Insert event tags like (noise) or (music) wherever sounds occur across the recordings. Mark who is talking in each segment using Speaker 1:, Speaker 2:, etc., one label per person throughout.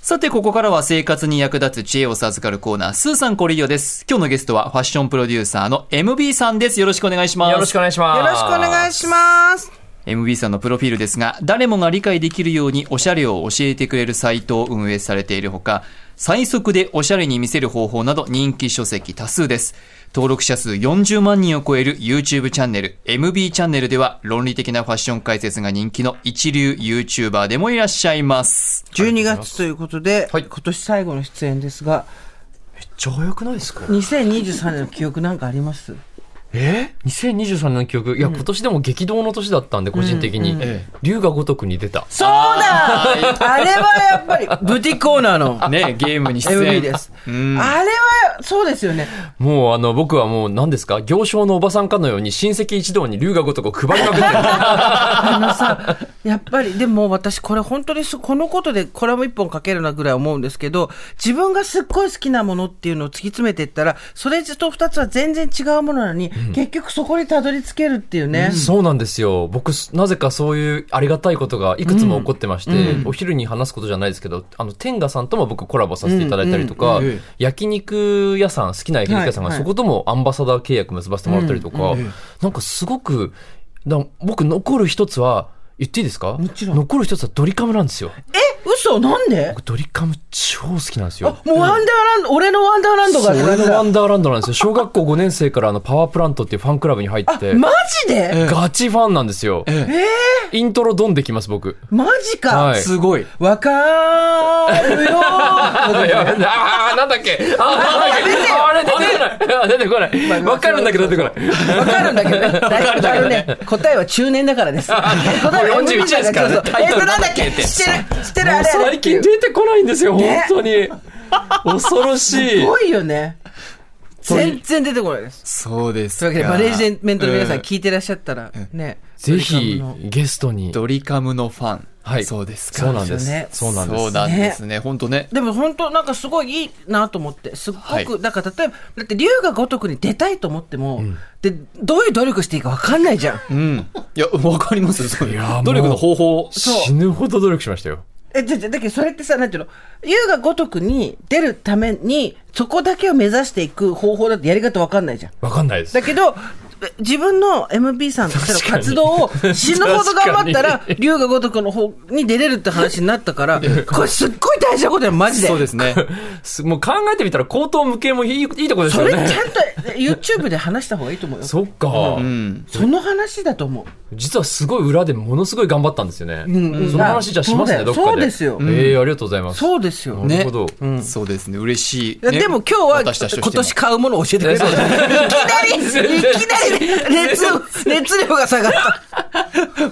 Speaker 1: さて、ここからは生活に役立つ知恵を授かるコーナー、スーさんコリリオです。今日のゲストはファッションプロデューサーの MB さんです。よろしくお願いします。
Speaker 2: よろしくお願いします。
Speaker 3: よろしくお願いします。
Speaker 1: MB さんのプロフィールですが、誰もが理解できるようにおしゃれを教えてくれるサイトを運営されているほか、最速でおしゃれに見せる方法など人気書籍多数です。登録者数40万人を超える YouTube チャンネル MB チャンネルでは論理的なファッション解説が人気の一流 YouTuber でもいらっしゃいます。
Speaker 3: 12月ということで、
Speaker 1: はい
Speaker 3: 今年最後の出演ですが、
Speaker 2: 超良くないですか
Speaker 3: 2023年の記憶なんかあります
Speaker 2: え ?2023 年の記憶。いや、今年でも激動の年だったんで、個人的に。龍が如くに出た。
Speaker 3: そうだあれはやっぱり、ブティコーナーの
Speaker 1: ね、ゲームに出演。
Speaker 3: MV です。あれは、そうですよね。
Speaker 2: もう、あの、僕はもう、何ですか行商のおばさんかのように、親戚一同に龍が如くを配りまくってる。
Speaker 3: あのさ、やっぱり、でも私これ本当にすこのことでこれも一本かけるなぐらい思うんですけど、自分がすっごい好きなものっていうのを突き詰めていったら、それと二つは全然違うものなのに、結局そこにたどり着けるっていうね。
Speaker 2: そうなんですよ。僕、なぜかそういうありがたいことがいくつも起こってまして、お昼に話すことじゃないですけど、あの、天ガさんとも僕コラボさせていただいたりとか、焼肉屋さん、好きな焼肉屋さんが
Speaker 3: はい
Speaker 2: そこともアンバサダー契約結ばせてもらったりとか、なんかすごく、だ僕残る一つは、言っていいですか
Speaker 3: ちろん
Speaker 2: 残る一つはドリカムなんですよ。
Speaker 3: え、嘘なんで
Speaker 2: 僕ドリカム超好きなんです
Speaker 3: あ
Speaker 2: よ。
Speaker 3: もうワンダーランド、俺のワンダーランドがある
Speaker 2: 俺のワンダーランドなんですよ。小学校5年生からあのパワープラントっていうファンクラブに入って、
Speaker 3: マジで、
Speaker 2: ガチファンなんですよ。イントロドンできます、僕。
Speaker 3: マジか、
Speaker 2: はい
Speaker 1: すごい。
Speaker 3: わか
Speaker 2: (laughs)
Speaker 3: るよー
Speaker 2: ああ、なんだっけあー、なんだっけあれ出てこないあ出てこないわかるんだけど出てこない。
Speaker 3: わかるんだけどね。あのね、答えは中年だか
Speaker 2: (laughs)
Speaker 3: らです。答え
Speaker 2: もう41ですからね
Speaker 3: そうそう
Speaker 2: タイ
Speaker 3: えっ
Speaker 2: ト
Speaker 3: と、
Speaker 2: ル
Speaker 3: な
Speaker 2: なんん
Speaker 3: だ
Speaker 2: だ
Speaker 3: っ
Speaker 2: っ
Speaker 3: け
Speaker 2: け
Speaker 3: 知ってる、知ってる、あれ。
Speaker 2: 最近出てこないんですよ、本
Speaker 3: ね
Speaker 2: 当に。恐ろ
Speaker 3: す
Speaker 2: しい。
Speaker 3: ごいよね。全然出てこないです。
Speaker 1: そうです
Speaker 3: というわけで、マネージメントの皆さん
Speaker 1: うん
Speaker 3: 聞いてらっしゃったら、ね。
Speaker 2: ぜひ
Speaker 3: ドリカムの、
Speaker 2: ゲストに。
Speaker 1: ドリカムのファン。
Speaker 2: はい。
Speaker 1: そうですか。
Speaker 2: そうなんで
Speaker 3: ですよね
Speaker 2: す。そうなんで
Speaker 1: そう
Speaker 2: す。
Speaker 1: なんですね。本当ね。
Speaker 3: でも本当なんかすごいいいなと思って、すっごく、
Speaker 1: はい
Speaker 3: だから例えば、だって龍が如くに出たいと思っても、で、どういう努力していいかわかんないじゃん。
Speaker 1: うん。いや、わかりますそう
Speaker 2: いやもう
Speaker 1: 努力の方法。
Speaker 2: 死ぬほど努力しましたよ。
Speaker 3: え、じゃ、じゃ、だけどそれってさ、なんていうの龍が如くに出るために、そこだけを目指していく方法だってやり方わかんないじゃん。
Speaker 2: わかんないです
Speaker 3: だ。けど、自分の MB さんとしての
Speaker 2: 確かに
Speaker 3: 活動を死ぬほど頑張ったら
Speaker 2: 確か、に
Speaker 3: 龍が如くの方に出れるって話になったから、これすっごい大事なことだよ、マジで。
Speaker 1: そうですね。
Speaker 2: すもう考えてみたら、口頭無形もいいいいとこです
Speaker 3: そ
Speaker 2: よ
Speaker 3: れち
Speaker 2: ね。
Speaker 3: ゃんと YouTube で話した方がいいと思うよ。
Speaker 2: そっか。
Speaker 1: うん。
Speaker 3: その話だと思う。
Speaker 2: 実はすごい裏でものすごい頑張ったんですよね。その話じゃあしますね、
Speaker 3: そ
Speaker 2: ど
Speaker 3: う
Speaker 2: っ
Speaker 3: だ
Speaker 2: か
Speaker 3: よ
Speaker 2: で。
Speaker 3: そうですよ
Speaker 2: ええありがとうございます。
Speaker 3: そうですよ。
Speaker 2: なるほど。
Speaker 1: そうですね。嬉しい。ね
Speaker 3: でも今日は、
Speaker 1: 私たちとしても
Speaker 3: 今年買うものを教えてくれた。い
Speaker 2: そうだね
Speaker 3: きなり、いきなり熱を、熱量が下がった。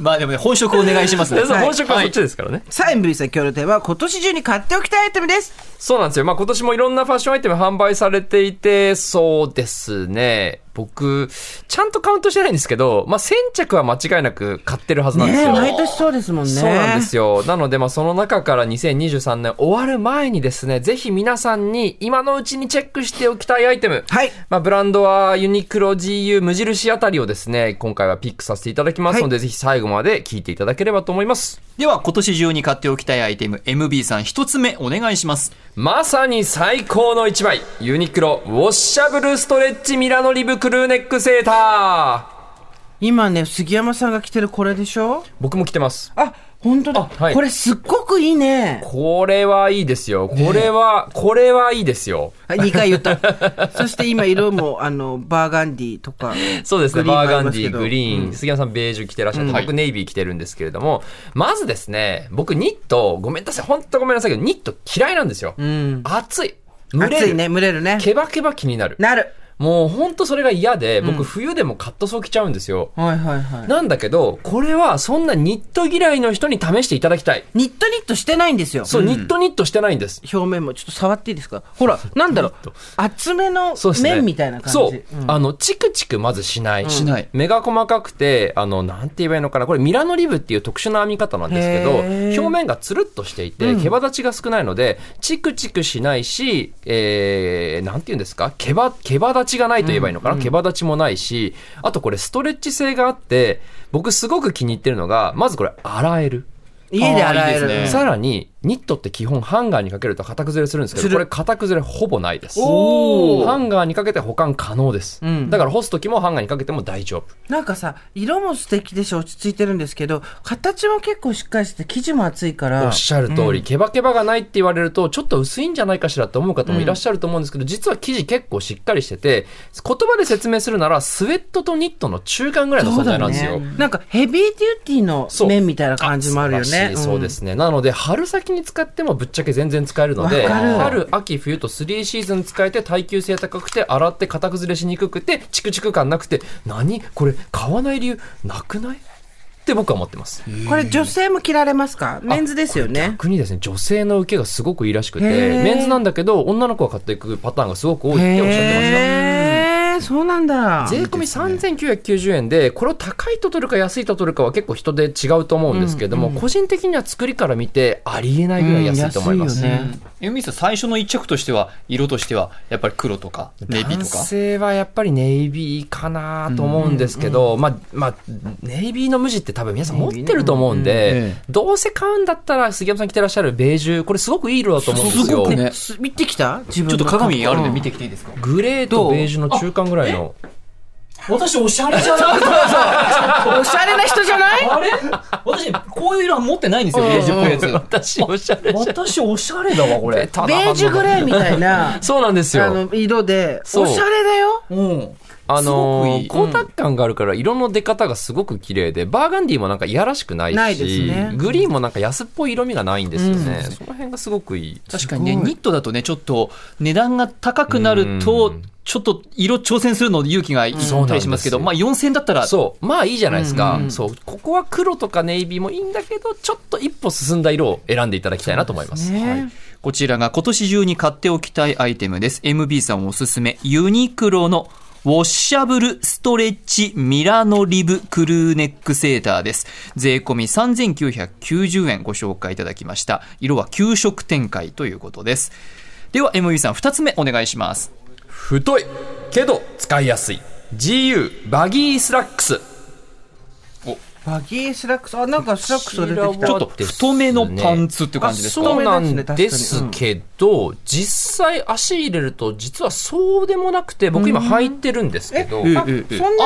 Speaker 1: まあでもね、本職お願いします (laughs) ね。
Speaker 2: そう本職はそっちですからね。
Speaker 3: さあ、MB さん今日のテーマは今年中に買っておきたいアイテムです。
Speaker 2: そうなんですよ。まあ今年もいろんなファッションアイテム販売されていて、そうですね。僕、ちゃんとカウントしてないんですけど、まあ先着は間違いなく買ってるはずなんです
Speaker 3: ねえ
Speaker 2: よ。
Speaker 3: 毎年そうですもんね。
Speaker 2: そうなんですよ。なので、まあ、その中から2023年終わる前にですね、ぜひ皆さんに今のうちにチェックしておきたいアイテム。
Speaker 3: はい
Speaker 2: まあ、ブランドはユニクロ、GU、無印あたりをですね、今回はピックさせていただきますので、ぜひ最後まで聞いていただければと思います。
Speaker 1: では、今年中に買っておきたいアイテム、MB さん一つ目お願いします。
Speaker 2: まさに最高の一枚ユニクロウォッシャブルストレッチミラノリブクルーネックセーター
Speaker 3: 今ね、杉山さんが着てるこれでしょ
Speaker 2: 僕も着てます
Speaker 3: あ、本当だ。
Speaker 2: あはい
Speaker 3: これすっごくいいね。
Speaker 2: これはいいですよこれは、これはいいですよ
Speaker 3: はい、2回
Speaker 2: (laughs)
Speaker 3: 言った。そして今色も、あの、バーガンディとか。
Speaker 2: そうですね
Speaker 3: グリーン
Speaker 2: バー
Speaker 3: もあ
Speaker 2: ガ
Speaker 3: りま
Speaker 2: ン
Speaker 3: す
Speaker 2: デ
Speaker 3: け
Speaker 2: ィ
Speaker 3: ど
Speaker 2: グリーン、杉山さんベージュ着てらっしゃって、僕ネイビー着てるんですけれどもまずですね僕ニットごめんなさい本当ごめんなさいけどニット嫌いなんですよ、
Speaker 3: うん。
Speaker 2: 暑い蒸れ
Speaker 3: 暑
Speaker 2: る
Speaker 3: いね、蒸れるね。
Speaker 2: ケバケバ気になる
Speaker 3: なる。
Speaker 2: もう本当それが嫌で僕冬でもカットソー着ちゃうんですよ、
Speaker 3: はいはいはい。
Speaker 2: なんだけど、これはそんなニット嫌いの人に試していただきたい。
Speaker 3: ニットニットしてないんですよ。
Speaker 2: そう、ニットニットしてないんです。
Speaker 3: 表面もちょっと触っていいですかほら、なんだろう。厚めの
Speaker 2: そうですね。
Speaker 3: 面みたいな感じ。
Speaker 2: そう。
Speaker 3: ん
Speaker 2: あの、チクチクまずしない。
Speaker 1: しない
Speaker 2: 目が細かくて、あの、なんて言えばいいのかな。これミラノリブっていう特殊な編み方なんですけど、
Speaker 3: へー
Speaker 2: 表面がつるっとしていて、毛羽立ちが少ないので、チクチクしないし、えー、なんて言うんですか毛羽、毛羽立ちがないと言えばいいのかな。毛羽立ちもないし、あとこれストレッチ性があって、僕すごく気に入ってるのが、まずこれ洗える。
Speaker 3: 家で洗え
Speaker 1: あーいいです
Speaker 3: る。
Speaker 1: ね
Speaker 2: さらにニットって基本ハンガーにかけると型崩れするんですけ
Speaker 3: す
Speaker 2: ど、
Speaker 3: る
Speaker 2: これ型崩れほぼないです。
Speaker 3: おー
Speaker 2: ハンガーにかけて保管可能です。
Speaker 3: うん
Speaker 2: だから干す時もハンガーにかけても大丈夫。
Speaker 3: なんかさ、色も素敵でしょ、落ち着いてるんですけど、形も結構しっかりしてて、生地も厚いから。
Speaker 2: おっしゃる通り、ケバケバがないって言われると、ちょっと薄いんじゃないかしらって思う方もいらっしゃると思うんですけど、実は生地結構しっかりしてて、言葉で説明するなら、スウェットとニットの中間ぐらいの
Speaker 3: そ
Speaker 2: 素
Speaker 3: うだ
Speaker 2: 材なんです
Speaker 3: ね
Speaker 2: よ。。
Speaker 3: なんかヘビーデューティーの
Speaker 2: そう
Speaker 3: 面みたいな感じもあるよ
Speaker 2: 素晴ら
Speaker 3: ね
Speaker 2: しい。そうですね。なので、春先に使ってもぶっちゃけ全然使えるので、
Speaker 3: わかる
Speaker 2: 春、秋、冬と3シーズン使えて耐久性高くて、洗って型崩れしにくくて、チクチク感なくて、何これ、買わない理由なくないって僕は思ってます。
Speaker 3: うんこれ女性も着られますかメンズですよね。
Speaker 2: 逆にですね、女性の受けがすごくいいらしくて、
Speaker 3: へー
Speaker 2: メンズなんだけど、女の子が買っていくパターンがすごく多いっておっしゃってました。
Speaker 3: へー、そうなんだ。
Speaker 2: 税込み3990円で、これを高いと取るか安いと取るかは結構人で違うと思うんですけれども、個人的には作りから見て、ありえないぐらい安いと思います。
Speaker 3: うん安いよね
Speaker 1: エミさん最初の一着としては色としてはやっぱり黒とかネイビーとか
Speaker 2: 男性はやっぱりネイビーかなと思うんですけど、まあ、まあ、ネイビーの無地って多分皆さん持ってると思うんで、
Speaker 1: ネイビーね
Speaker 2: どうせ買うんだったら杉山さん着てらっしゃるベージュ、これすごくいい色だと思うん (laughs) ですよ。
Speaker 1: すごくね
Speaker 3: ねす見てきた自分
Speaker 1: ちょっと鏡あるんで見
Speaker 3: て。
Speaker 1: てきていいですか
Speaker 2: グレーとベージュの中間ぐらいの。
Speaker 1: 私おしゃれじゃない
Speaker 3: おしゃれな人じゃない
Speaker 1: あれ私こういう色は持ってないんですよベージュっぽいやつ
Speaker 2: 私おしゃれじゃん、
Speaker 1: 私おしゃれだわこれ
Speaker 3: ベージュグレーみたいな
Speaker 2: そうなんですよ。
Speaker 3: あの、色で、おし
Speaker 2: そう
Speaker 3: ゃれだよ。
Speaker 1: うん
Speaker 2: あの
Speaker 1: すごくいい
Speaker 2: 光沢感があるから色の出方がすごく綺麗で、バーガンディーもなんかいやらしくないし、
Speaker 3: ないですね
Speaker 2: グリーンもなんか安っぽい色味がないんですよね。その辺がすごくいい。
Speaker 1: 確かにねニットだとねちょっと値段が高くなると
Speaker 2: うん
Speaker 1: ちょっと色挑戦するの勇気がいったりしますけど
Speaker 2: うん
Speaker 1: まあ4000円だったら
Speaker 2: そう。まあいいじゃないです
Speaker 1: う
Speaker 2: か、
Speaker 1: んうんうん
Speaker 2: そう。ここは黒とかネイビーもいいんだけど、ちょっと一歩進んだ色を選んでいただきたいなと思います。
Speaker 3: ね
Speaker 1: こちらが今年中に買っておきたいアイテムです。MB さんおすすめ、ユニクロのウォッシャブルストレッチミラノリブクルーネックセーターです。税込み3990円ご紹介いただきました。色は給色展開ということです。では MB さん2つ目お願いします。
Speaker 2: 太いけど使いやすい。GU バギースラックス。
Speaker 3: バギースラックス、あ、なんかスラックスが出てきた。
Speaker 1: ちょっと太めのパンツって感じですか
Speaker 3: あ
Speaker 2: そうなんですけど、実際足入れると、実はそうでもなくて、僕今履いてるんですけど、
Speaker 1: え
Speaker 3: あそ
Speaker 1: えええ
Speaker 3: ん
Speaker 1: あ
Speaker 3: な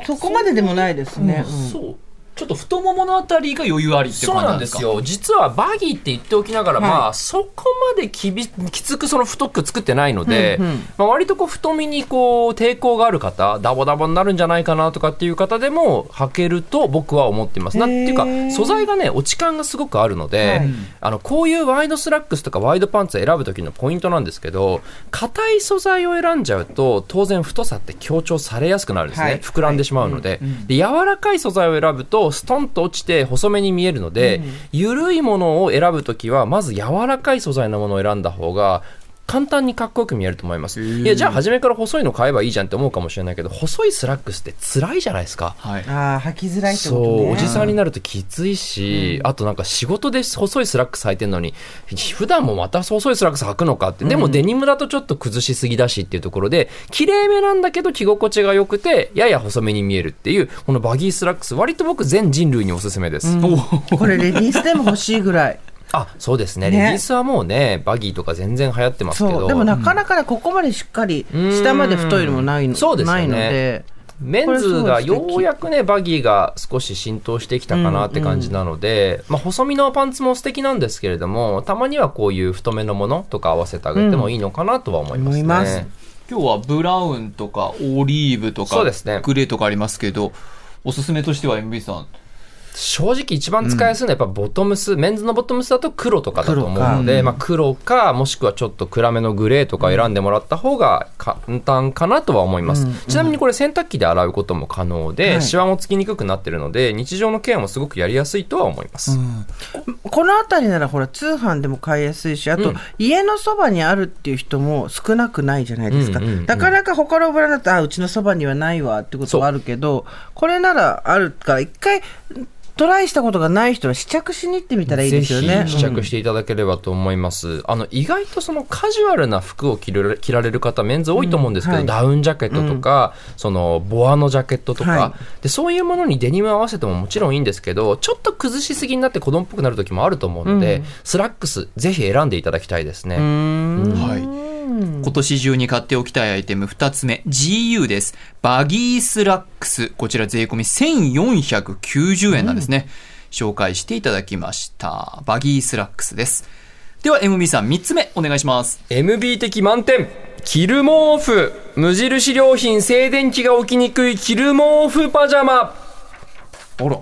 Speaker 3: に、そこまででもないですね。
Speaker 2: そう。
Speaker 1: ちょっと太もものあたりが余裕ありって
Speaker 2: そう
Speaker 1: 感じ
Speaker 2: な
Speaker 1: なん
Speaker 2: んで
Speaker 1: ですか
Speaker 2: すよ。実はバギーって言っておきながら、
Speaker 3: はい
Speaker 2: まあ、そこまできびきつくその太く作ってないので、まあ、割とこう太めにこう抵抗がある方、ダボダボになるんじゃないかなとかっていう方でも履けると僕は思ってます。なんていうか
Speaker 3: へー、
Speaker 2: 素材がね、落ち感がすごくあるので、
Speaker 3: はい
Speaker 2: あの、こういうワイドスラックスとかワイドパンツを選ぶ時のポイントなんですけど、硬い素材を選んじゃうと、当然太さって強調されやすくなるんですね。
Speaker 3: はい
Speaker 2: 膨らんでしまうので,、で柔らかい素材を選ぶとストンと落ちて細めに見えるので、緩いものを選ぶときはまず柔らかい素材のものを選んだ方が簡単にかっこよく見えると思います。いや、じゃあ初めから細いの買えばいいじゃんって思うかもしれないけど、細いスラックスって辛いじゃないですか。
Speaker 1: はい。
Speaker 3: ああ、履きづらいってことね。
Speaker 2: そう、おじさんになるときついし、あとなんか仕事で細いスラックス履いてんのに、普段もまた細いスラックス履くのかって、でもデニムだとちょっと崩しすぎだしっていうところで、綺麗めなんだけど着心地が良くて、やや細めに見えるっていう、このバギースラックス、割と僕全人類におすすめです。
Speaker 1: (laughs)
Speaker 3: これレディースでも欲しいぐ
Speaker 2: (laughs)
Speaker 3: らい。
Speaker 2: あ、そうですね。
Speaker 3: ね
Speaker 2: レディースはもうね、バギーとか全然流行ってますけ
Speaker 3: そう。
Speaker 2: ど
Speaker 3: で、もなかなかね、ここまでしっかり、
Speaker 2: ん
Speaker 3: 下まで太いのもないの
Speaker 2: そうですよ
Speaker 3: な
Speaker 2: ね
Speaker 3: いので。
Speaker 2: メンズがようやくね、バギーが少し浸透してきたかなって感じなので、まあ、細身のパンツも素敵なんですけれども、たまにはこういう太めのものとか合わせてあげてもいいのかなとは思いますね。
Speaker 3: 思います
Speaker 1: 今日はブラウンとかオリーブとか
Speaker 2: そうですね
Speaker 1: グレーとかありますけどおすすめとしては MB さん
Speaker 2: 正直一番使いやすいのはやっぱボトムス、メンズのボトムスだと黒とかだと思うの
Speaker 1: 黒か
Speaker 2: で、まあ、黒かもしくはちょっと暗めのグレーとか選んでもらった方が簡単かなとは思います、ちなみにこれ洗濯機で洗うことも可能で、
Speaker 3: はい
Speaker 2: シワもつきにくくなってるので日常のケアもすごくやりやすいとは思います、
Speaker 3: この辺りならほら通販でも買いやすいしあと、
Speaker 2: うん
Speaker 3: 家のそばにあるっていう人も少なくないじゃないですか、
Speaker 2: うんうんうん
Speaker 3: なかなか他のブランドだとあうちのそばにはないわってことはあるけどこれならあるから一回トライしたことがない人は試着しに行ってみたらいいですよ
Speaker 2: ぜ
Speaker 3: ね。
Speaker 2: ひ試着していただければと思います。あの、意外とそのカジュアルな服を着る着られる方、メンズ多いと思うんですけど、
Speaker 3: うんは
Speaker 2: ダウンジャケットとか、その、ボアのジャケットとか、
Speaker 3: は
Speaker 2: で、そういうものにデニム合わせてももちろんいいんですけど、ちょっと崩しすぎになって子供っぽくなる時もあると思うので、スラックス、ぜひ選んでいただきたいですね。
Speaker 1: はい。今年中に買っておきたいアイテム2つ目、GU です。バギースラックス。こちら税込み1490円なんですね。紹介していただきました。バギースラックスです。では、MB さん3つ目お願いします。
Speaker 2: MB 的満点キル毛布無印良品静電気が起きにくいキル毛布パジャマ
Speaker 1: あら。キ
Speaker 2: い
Speaker 1: ル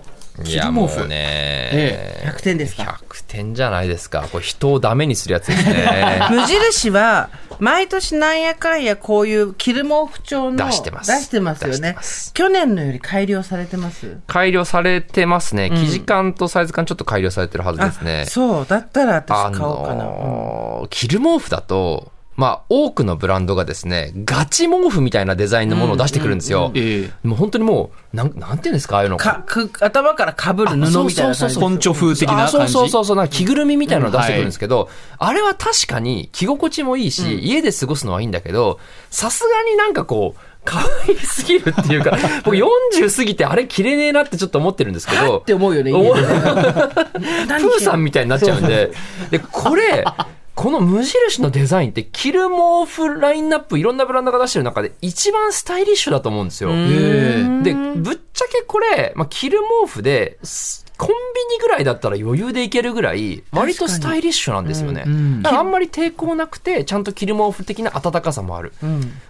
Speaker 2: や
Speaker 1: 毛
Speaker 2: もう
Speaker 1: 布。
Speaker 2: ね、
Speaker 1: え
Speaker 3: 100点ですか
Speaker 2: 100点じゃないですかこれ人をダメにするやつです
Speaker 3: (laughs)
Speaker 2: ね
Speaker 3: 無印は、毎年なんやかんやこういう着る毛布調の
Speaker 2: 出してます
Speaker 3: 出してますよ
Speaker 2: 出して
Speaker 3: ね
Speaker 2: ます。
Speaker 3: 去年のより改良されてます。
Speaker 2: 改良されてますね生地感とサイズ感ちょっと改良されてるはずですね
Speaker 3: あそう、だったら私買おうかな。
Speaker 2: のーキル毛布だとまあ多くのブランドがですねガチ毛布みたいなデザインのものを出してくるんですよ、
Speaker 1: ええ
Speaker 2: もう本当にもうなんなんていうんですかああいうの
Speaker 3: かく頭からかぶる布みたいな感じ
Speaker 2: あそうそうそう
Speaker 1: ポンチョ風的な
Speaker 2: あそう
Speaker 1: 感じ。
Speaker 2: そうそうそうなんか着ぐるみみたいなの出してくるんですけど、あれは確かに着心地もいいし、家で過ごすのはいいんだけどさすがになんかこう可愛すぎるっていう (laughs) か僕40過ぎてあれ着れねえなってちょっと思ってるんですけど
Speaker 3: って思うよね。
Speaker 2: お (laughs)
Speaker 3: 家で何着
Speaker 2: プー
Speaker 3: て
Speaker 2: さんみたいになっちゃうんで。で、これ、この無印のデザインって、着る毛布ラインナップいろんなブランドが出してる中で一番スタイリッシュだと思うんですよ。で、ぶっちゃけこれ、まあ、着る毛布で、すコンビニぐらいだったら余裕でいけるぐらい、割とスタイリッシュなんですよね。だからあんまり抵抗なくて、ちゃんと着る毛布的な暖かさもある。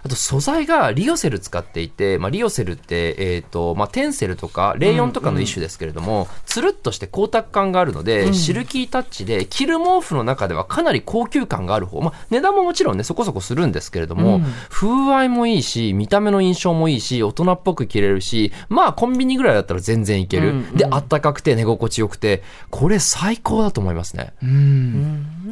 Speaker 2: あと素材がリオセル使っていて、まあ、リオセルって、えっ、と、まあ、テンセルとか、レイヨンとかの一種ですけれども、つるっとして光沢感があるので、シルキータッチで、着る毛布の中ではかなり高級感がある方。まあ、値段ももちろんね、そこそこするんですけれども、風合いもいいし、見た目の印象もいいし、大人っぽく着れるし、まあ、コンビニぐらいだったら全然いける。で、あったかくて寝心地よくて、これ最高だと思いますね。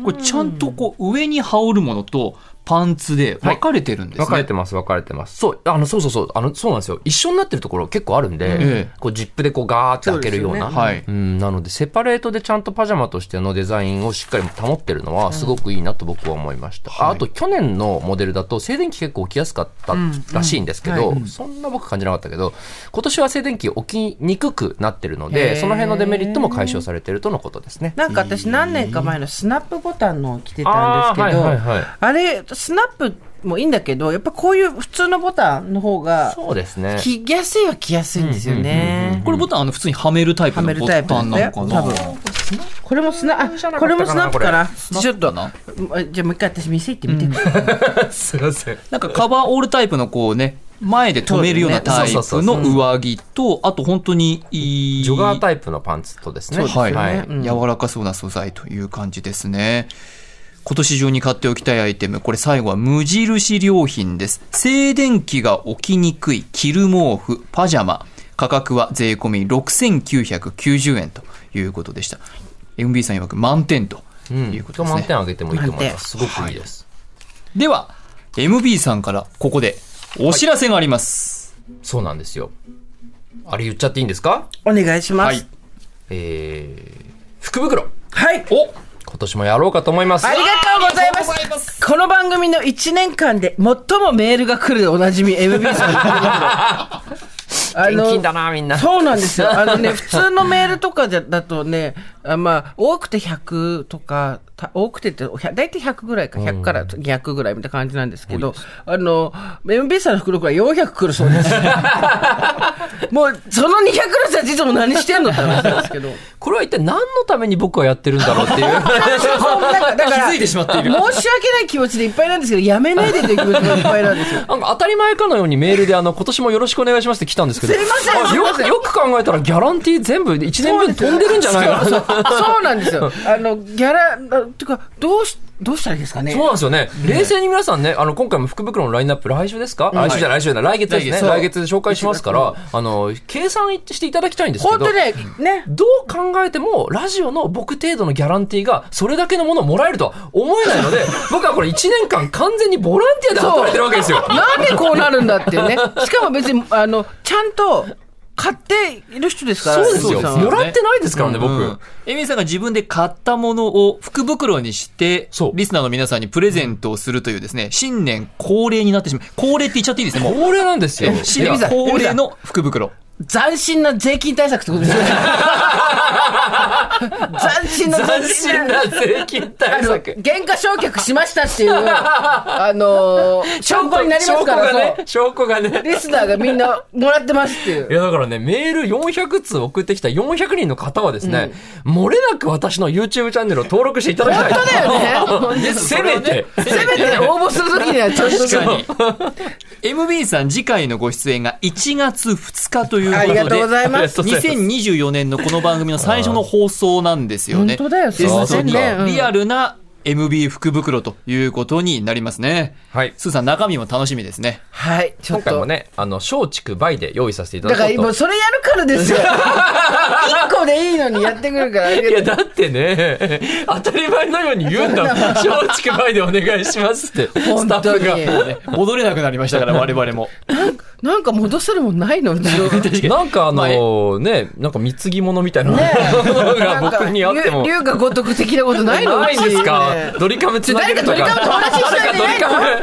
Speaker 1: これちゃんとこう上に羽織るものとパンツで分かれてるんですね。
Speaker 2: 分かれてます、分かれてます。そう、あの、そうそうそう、あの、そうなんですよ。一緒になってるところ結構あるんで、
Speaker 1: え
Speaker 2: こう、ジップでこう、ガーって開けるような。
Speaker 3: そうですよね
Speaker 1: はい
Speaker 2: うん、なので、セパレートでちゃんとパジャマとしてのデザインをしっかり保ってるのは、すごくいいなと僕は思いました。ああと、去年のモデルだと、静電気結構起きやすかったらしいんですけど、そんな僕感じなかったけど、今年は静電気起きにくくなってるの
Speaker 3: へ
Speaker 2: で、
Speaker 3: ー
Speaker 2: その辺のデメリットも解消されてるとのことですね。
Speaker 3: なんか私何年か前のスナップボタンのを着てたんですけ
Speaker 2: あ
Speaker 3: ど、
Speaker 2: ー
Speaker 3: あ,、
Speaker 2: はいはいはい
Speaker 3: れ、スナップもいいんだけど、やっぱこういう普通のボタンの方が、
Speaker 2: そうですね。
Speaker 3: 着やすいは着やすいんですよね。
Speaker 1: これボタンあの普通にはめるタイプのボタンなのかな
Speaker 3: はめるタイこれもスナ、あ、これもスナップかなちょっと、あじゃあもう一回私店行ってみ
Speaker 2: (laughs)
Speaker 3: て。
Speaker 2: すいません。
Speaker 1: なんかカバーオールタイプのこうね前で止めるようなタイ
Speaker 2: そう
Speaker 1: プ
Speaker 2: だね
Speaker 1: の上着とあと本当にいい
Speaker 2: ジョガータイプのパンツとですね。
Speaker 3: そうですよね
Speaker 1: はい、
Speaker 3: うん
Speaker 1: 柔らかそうな素材という感じですね今年中に買っておきたいアイテムこれ最後は無印良品です静電気が起きにくい着る毛布パジャマ価格は税込み6990円ということでした MB さん曰く満点と
Speaker 2: うん、
Speaker 1: いうことですね、
Speaker 2: 満点あげてもいいと思います。すごくいいです。
Speaker 1: では MB さんからここでお知らせがあります、
Speaker 2: そうなんですよ。あれ言っちゃっていいんですか
Speaker 3: お願いします。
Speaker 2: えー、福袋
Speaker 3: はい。
Speaker 2: お今年もやろうかと思います。
Speaker 3: ありがとうございます。この番組の1年間で最もメールが来るでおなじみ MB (laughs) さん。あ
Speaker 2: 現金だな、みんな。
Speaker 3: そうなん (laughs) ですよ。あのね、普通のメールとかじゃだとね、あまあ、多くて100とか、た多くてって、ひゃ大体100ぐらいか、100から200ぐらいみたいな感じなんですけど、あの、MB さんの袋から400来るそう (laughs) です。もう、その200の人たちいつも何してんのって話なんですけど。
Speaker 2: これは一体何のために僕はやってるんだろうって (laughs) いう。
Speaker 3: なんかだから
Speaker 1: 気づいてしまっている
Speaker 3: 申し訳ない気持ちでいっぱいなんですけど、やめないでという気持ちがいっぱいなんですよ。
Speaker 2: なんか当たり前かのようにメールであの、今年もよろしくお願いしますって来たんですけど。
Speaker 3: すいません
Speaker 2: あよく、よく考えたらギャランティー全部1年分飛んでるんじゃないかな。
Speaker 3: そうそうそうなんですよ。あの、ギャラ、あてか、どうし、どうしたらいいですかね。
Speaker 2: そうなんですよね。冷静に皆さんね、あの、今回も福袋のラインナップ、来週ですか、来週じゃない来週じゃない、来月で
Speaker 1: 来
Speaker 2: すね。
Speaker 1: 月
Speaker 2: 来月で紹介しますから、あの、計算していただきたいんですけど。
Speaker 3: 本当ね、ね。
Speaker 2: どう考えても、ラジオの僕程度のギャランティーが、それだけのものをもらえるとは思えないので、僕はこれ1年間完全にボランティアで働いてるわけですよ。
Speaker 3: なんでこうなるんだっていうね。しかも別に、あの、ちゃんと、買っている人ですから、
Speaker 2: そうですよ
Speaker 3: エミさんは
Speaker 2: もらってないですからね、僕。
Speaker 1: うんエミさんが自分で買ったものを福袋にして
Speaker 2: そ、う
Speaker 1: リスナーの皆さんにプレゼントをするというですね、新年恒例になってしまう。恒例って言っちゃっていいですね、もう。
Speaker 2: これなんですよ。
Speaker 1: 新
Speaker 3: エミ
Speaker 1: 年 (laughs)
Speaker 3: さん
Speaker 1: 恒例の福袋。
Speaker 3: 斬新な税金対策ってこと
Speaker 2: (laughs)
Speaker 3: ですよね。斬新な
Speaker 2: 斬新な税金対策。
Speaker 3: 原価償却しましたっていう、あのー証拠になります
Speaker 2: 証拠
Speaker 3: から、
Speaker 2: が
Speaker 3: そ
Speaker 2: ね、証拠が
Speaker 3: うリ
Speaker 2: ね。
Speaker 3: スナーがみんなもらってますってい
Speaker 2: (laughs)
Speaker 3: う
Speaker 2: い。や、だからね、メール400通送ってきた400人の方はですね、漏れなく私の YouTube チャンネルを登録していただきたい。
Speaker 3: 本当だよね。
Speaker 2: (laughs) せめて。
Speaker 3: せめて応募するときにはちょっと。
Speaker 1: 確かに。MB さん次回のご出演が1月2日ということで。
Speaker 3: ありがとうございま
Speaker 2: あり
Speaker 3: す。
Speaker 2: がとうございます
Speaker 1: 2024年のこの番組の最初の放送なんですよね。
Speaker 3: 本当だよ
Speaker 1: ですの
Speaker 2: そう
Speaker 1: で
Speaker 3: だねうん
Speaker 1: リアルな MB 福袋ということになりますね。
Speaker 2: はい
Speaker 1: スーさん、中身も楽しみですね。
Speaker 3: はい、ちょ
Speaker 2: 今
Speaker 3: っ
Speaker 2: 回も
Speaker 3: と。
Speaker 2: ね、あの、松竹梅で用意させていただ
Speaker 3: だ
Speaker 2: こ
Speaker 3: から
Speaker 2: うと
Speaker 3: 今。それやるからで
Speaker 2: (laughs)
Speaker 3: すよ。1個でいいのにやってくるから。
Speaker 2: いや、だって
Speaker 3: (laughs)
Speaker 2: ね、当たり前のように言うんだもん。松竹梅でお願いしますって、ス
Speaker 3: 本
Speaker 2: タッ
Speaker 3: 当
Speaker 2: フが。
Speaker 3: に。
Speaker 1: ね戻れなくなりました
Speaker 2: (laughs)
Speaker 1: から、我々も。
Speaker 3: なんか戻せるもんないの
Speaker 2: なんかあ
Speaker 1: まあ
Speaker 2: のね、なんか貢ぎ物みたいなものが
Speaker 3: なんか
Speaker 2: 僕にあって
Speaker 3: (laughs)
Speaker 2: も。
Speaker 3: 龍龍が如く的なことないの
Speaker 2: ないんです
Speaker 3: ね
Speaker 2: かドリカムつなげるとか。
Speaker 3: 誰かねえ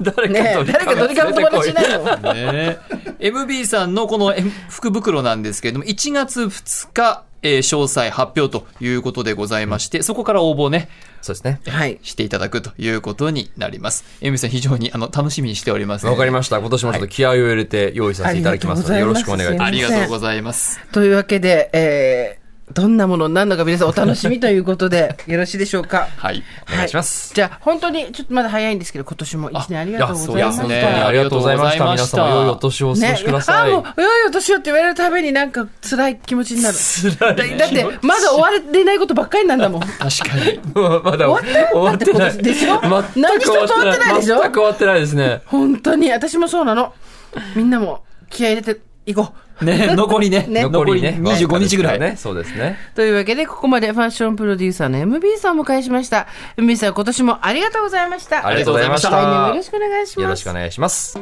Speaker 2: 誰
Speaker 3: 誰か
Speaker 2: かド
Speaker 3: ドリ
Speaker 2: リ
Speaker 3: カ
Speaker 2: カム
Speaker 3: ム友
Speaker 2: 友達
Speaker 3: 達い
Speaker 2: いな
Speaker 3: な
Speaker 2: いい
Speaker 3: の
Speaker 1: ね MB さんのこの M- 福袋なんですけれども、1月2日、えー詳細発表ということでございまして、そこから応募をね、
Speaker 2: そうですね。
Speaker 3: はい。
Speaker 1: していただくということになります。MB さん、非常にあの楽しみにしております、
Speaker 2: わかりました。今年もちょっと気合を入れて用意させていただきますので、
Speaker 3: はい
Speaker 2: よろしくお願いいたします
Speaker 1: ありがとうございます。
Speaker 3: というわけで、えー、どんなものになるのか皆さんお楽しみということで、よろしいでしょうか。
Speaker 1: はい。
Speaker 2: お願いします
Speaker 3: はじゃあ、本当に、ちょっとまだ早いんですけど、今年も一年ありがとうご
Speaker 2: い
Speaker 3: ざい
Speaker 2: や、
Speaker 3: ま
Speaker 2: そ
Speaker 3: し
Speaker 2: う
Speaker 3: た。
Speaker 2: ですね。ありがとうございました。
Speaker 1: ありがとうございま
Speaker 2: 皆
Speaker 1: した
Speaker 2: 様、良いお年をお過ごしください。
Speaker 3: あ、もう、良いお年をって言われるたびになんか辛い気持ちになる。だだって、まだ終われてないことばっかりなんだもん。
Speaker 1: 確かに。
Speaker 2: もうまだ
Speaker 3: 終わった
Speaker 2: 終わって
Speaker 3: だ
Speaker 2: な
Speaker 3: っ
Speaker 2: い。
Speaker 3: て今年でしょ何
Speaker 2: 全
Speaker 3: 一
Speaker 2: く
Speaker 3: つ終
Speaker 2: 終
Speaker 3: わ
Speaker 2: わ
Speaker 3: っ
Speaker 2: ってて
Speaker 3: な
Speaker 2: ないい
Speaker 3: でしょ
Speaker 2: 全く終わってないですね。
Speaker 3: 本当に、私もそうなの。みんなも気合い入れていこう。 (laughs)
Speaker 1: ね、残りね。
Speaker 3: ね
Speaker 2: (laughs) 残りね。
Speaker 1: 残り25日ぐらい。
Speaker 2: ね。そうですね。
Speaker 3: というわけで、ここまでファッションプロデューサーの MB さんをお迎えしました。MB さん、今年もありがとうございました。
Speaker 2: ありがとうございました。
Speaker 3: 来年もよろしくお願いします。
Speaker 2: よろしくお願いします。